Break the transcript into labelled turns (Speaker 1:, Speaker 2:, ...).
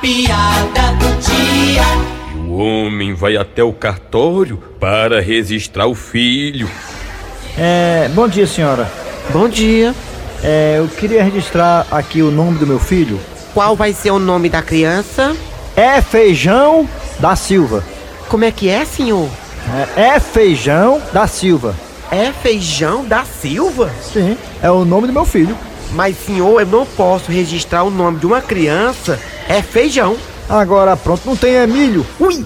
Speaker 1: piada do dia.
Speaker 2: O Um homem vai até o cartório para registrar o filho.
Speaker 3: É, bom dia, senhora.
Speaker 4: Bom dia.
Speaker 3: É, eu queria registrar aqui o nome do meu filho.
Speaker 4: Qual vai ser o nome da criança?
Speaker 3: É Feijão da Silva.
Speaker 4: Como é que é, senhor?
Speaker 3: É, é Feijão da Silva.
Speaker 4: É Feijão da Silva?
Speaker 3: Sim, é o nome do meu filho.
Speaker 4: Mas, senhor, eu não posso registrar o nome de uma criança. É Feijão.
Speaker 3: Agora pronto, não tem é milho.
Speaker 4: Ui!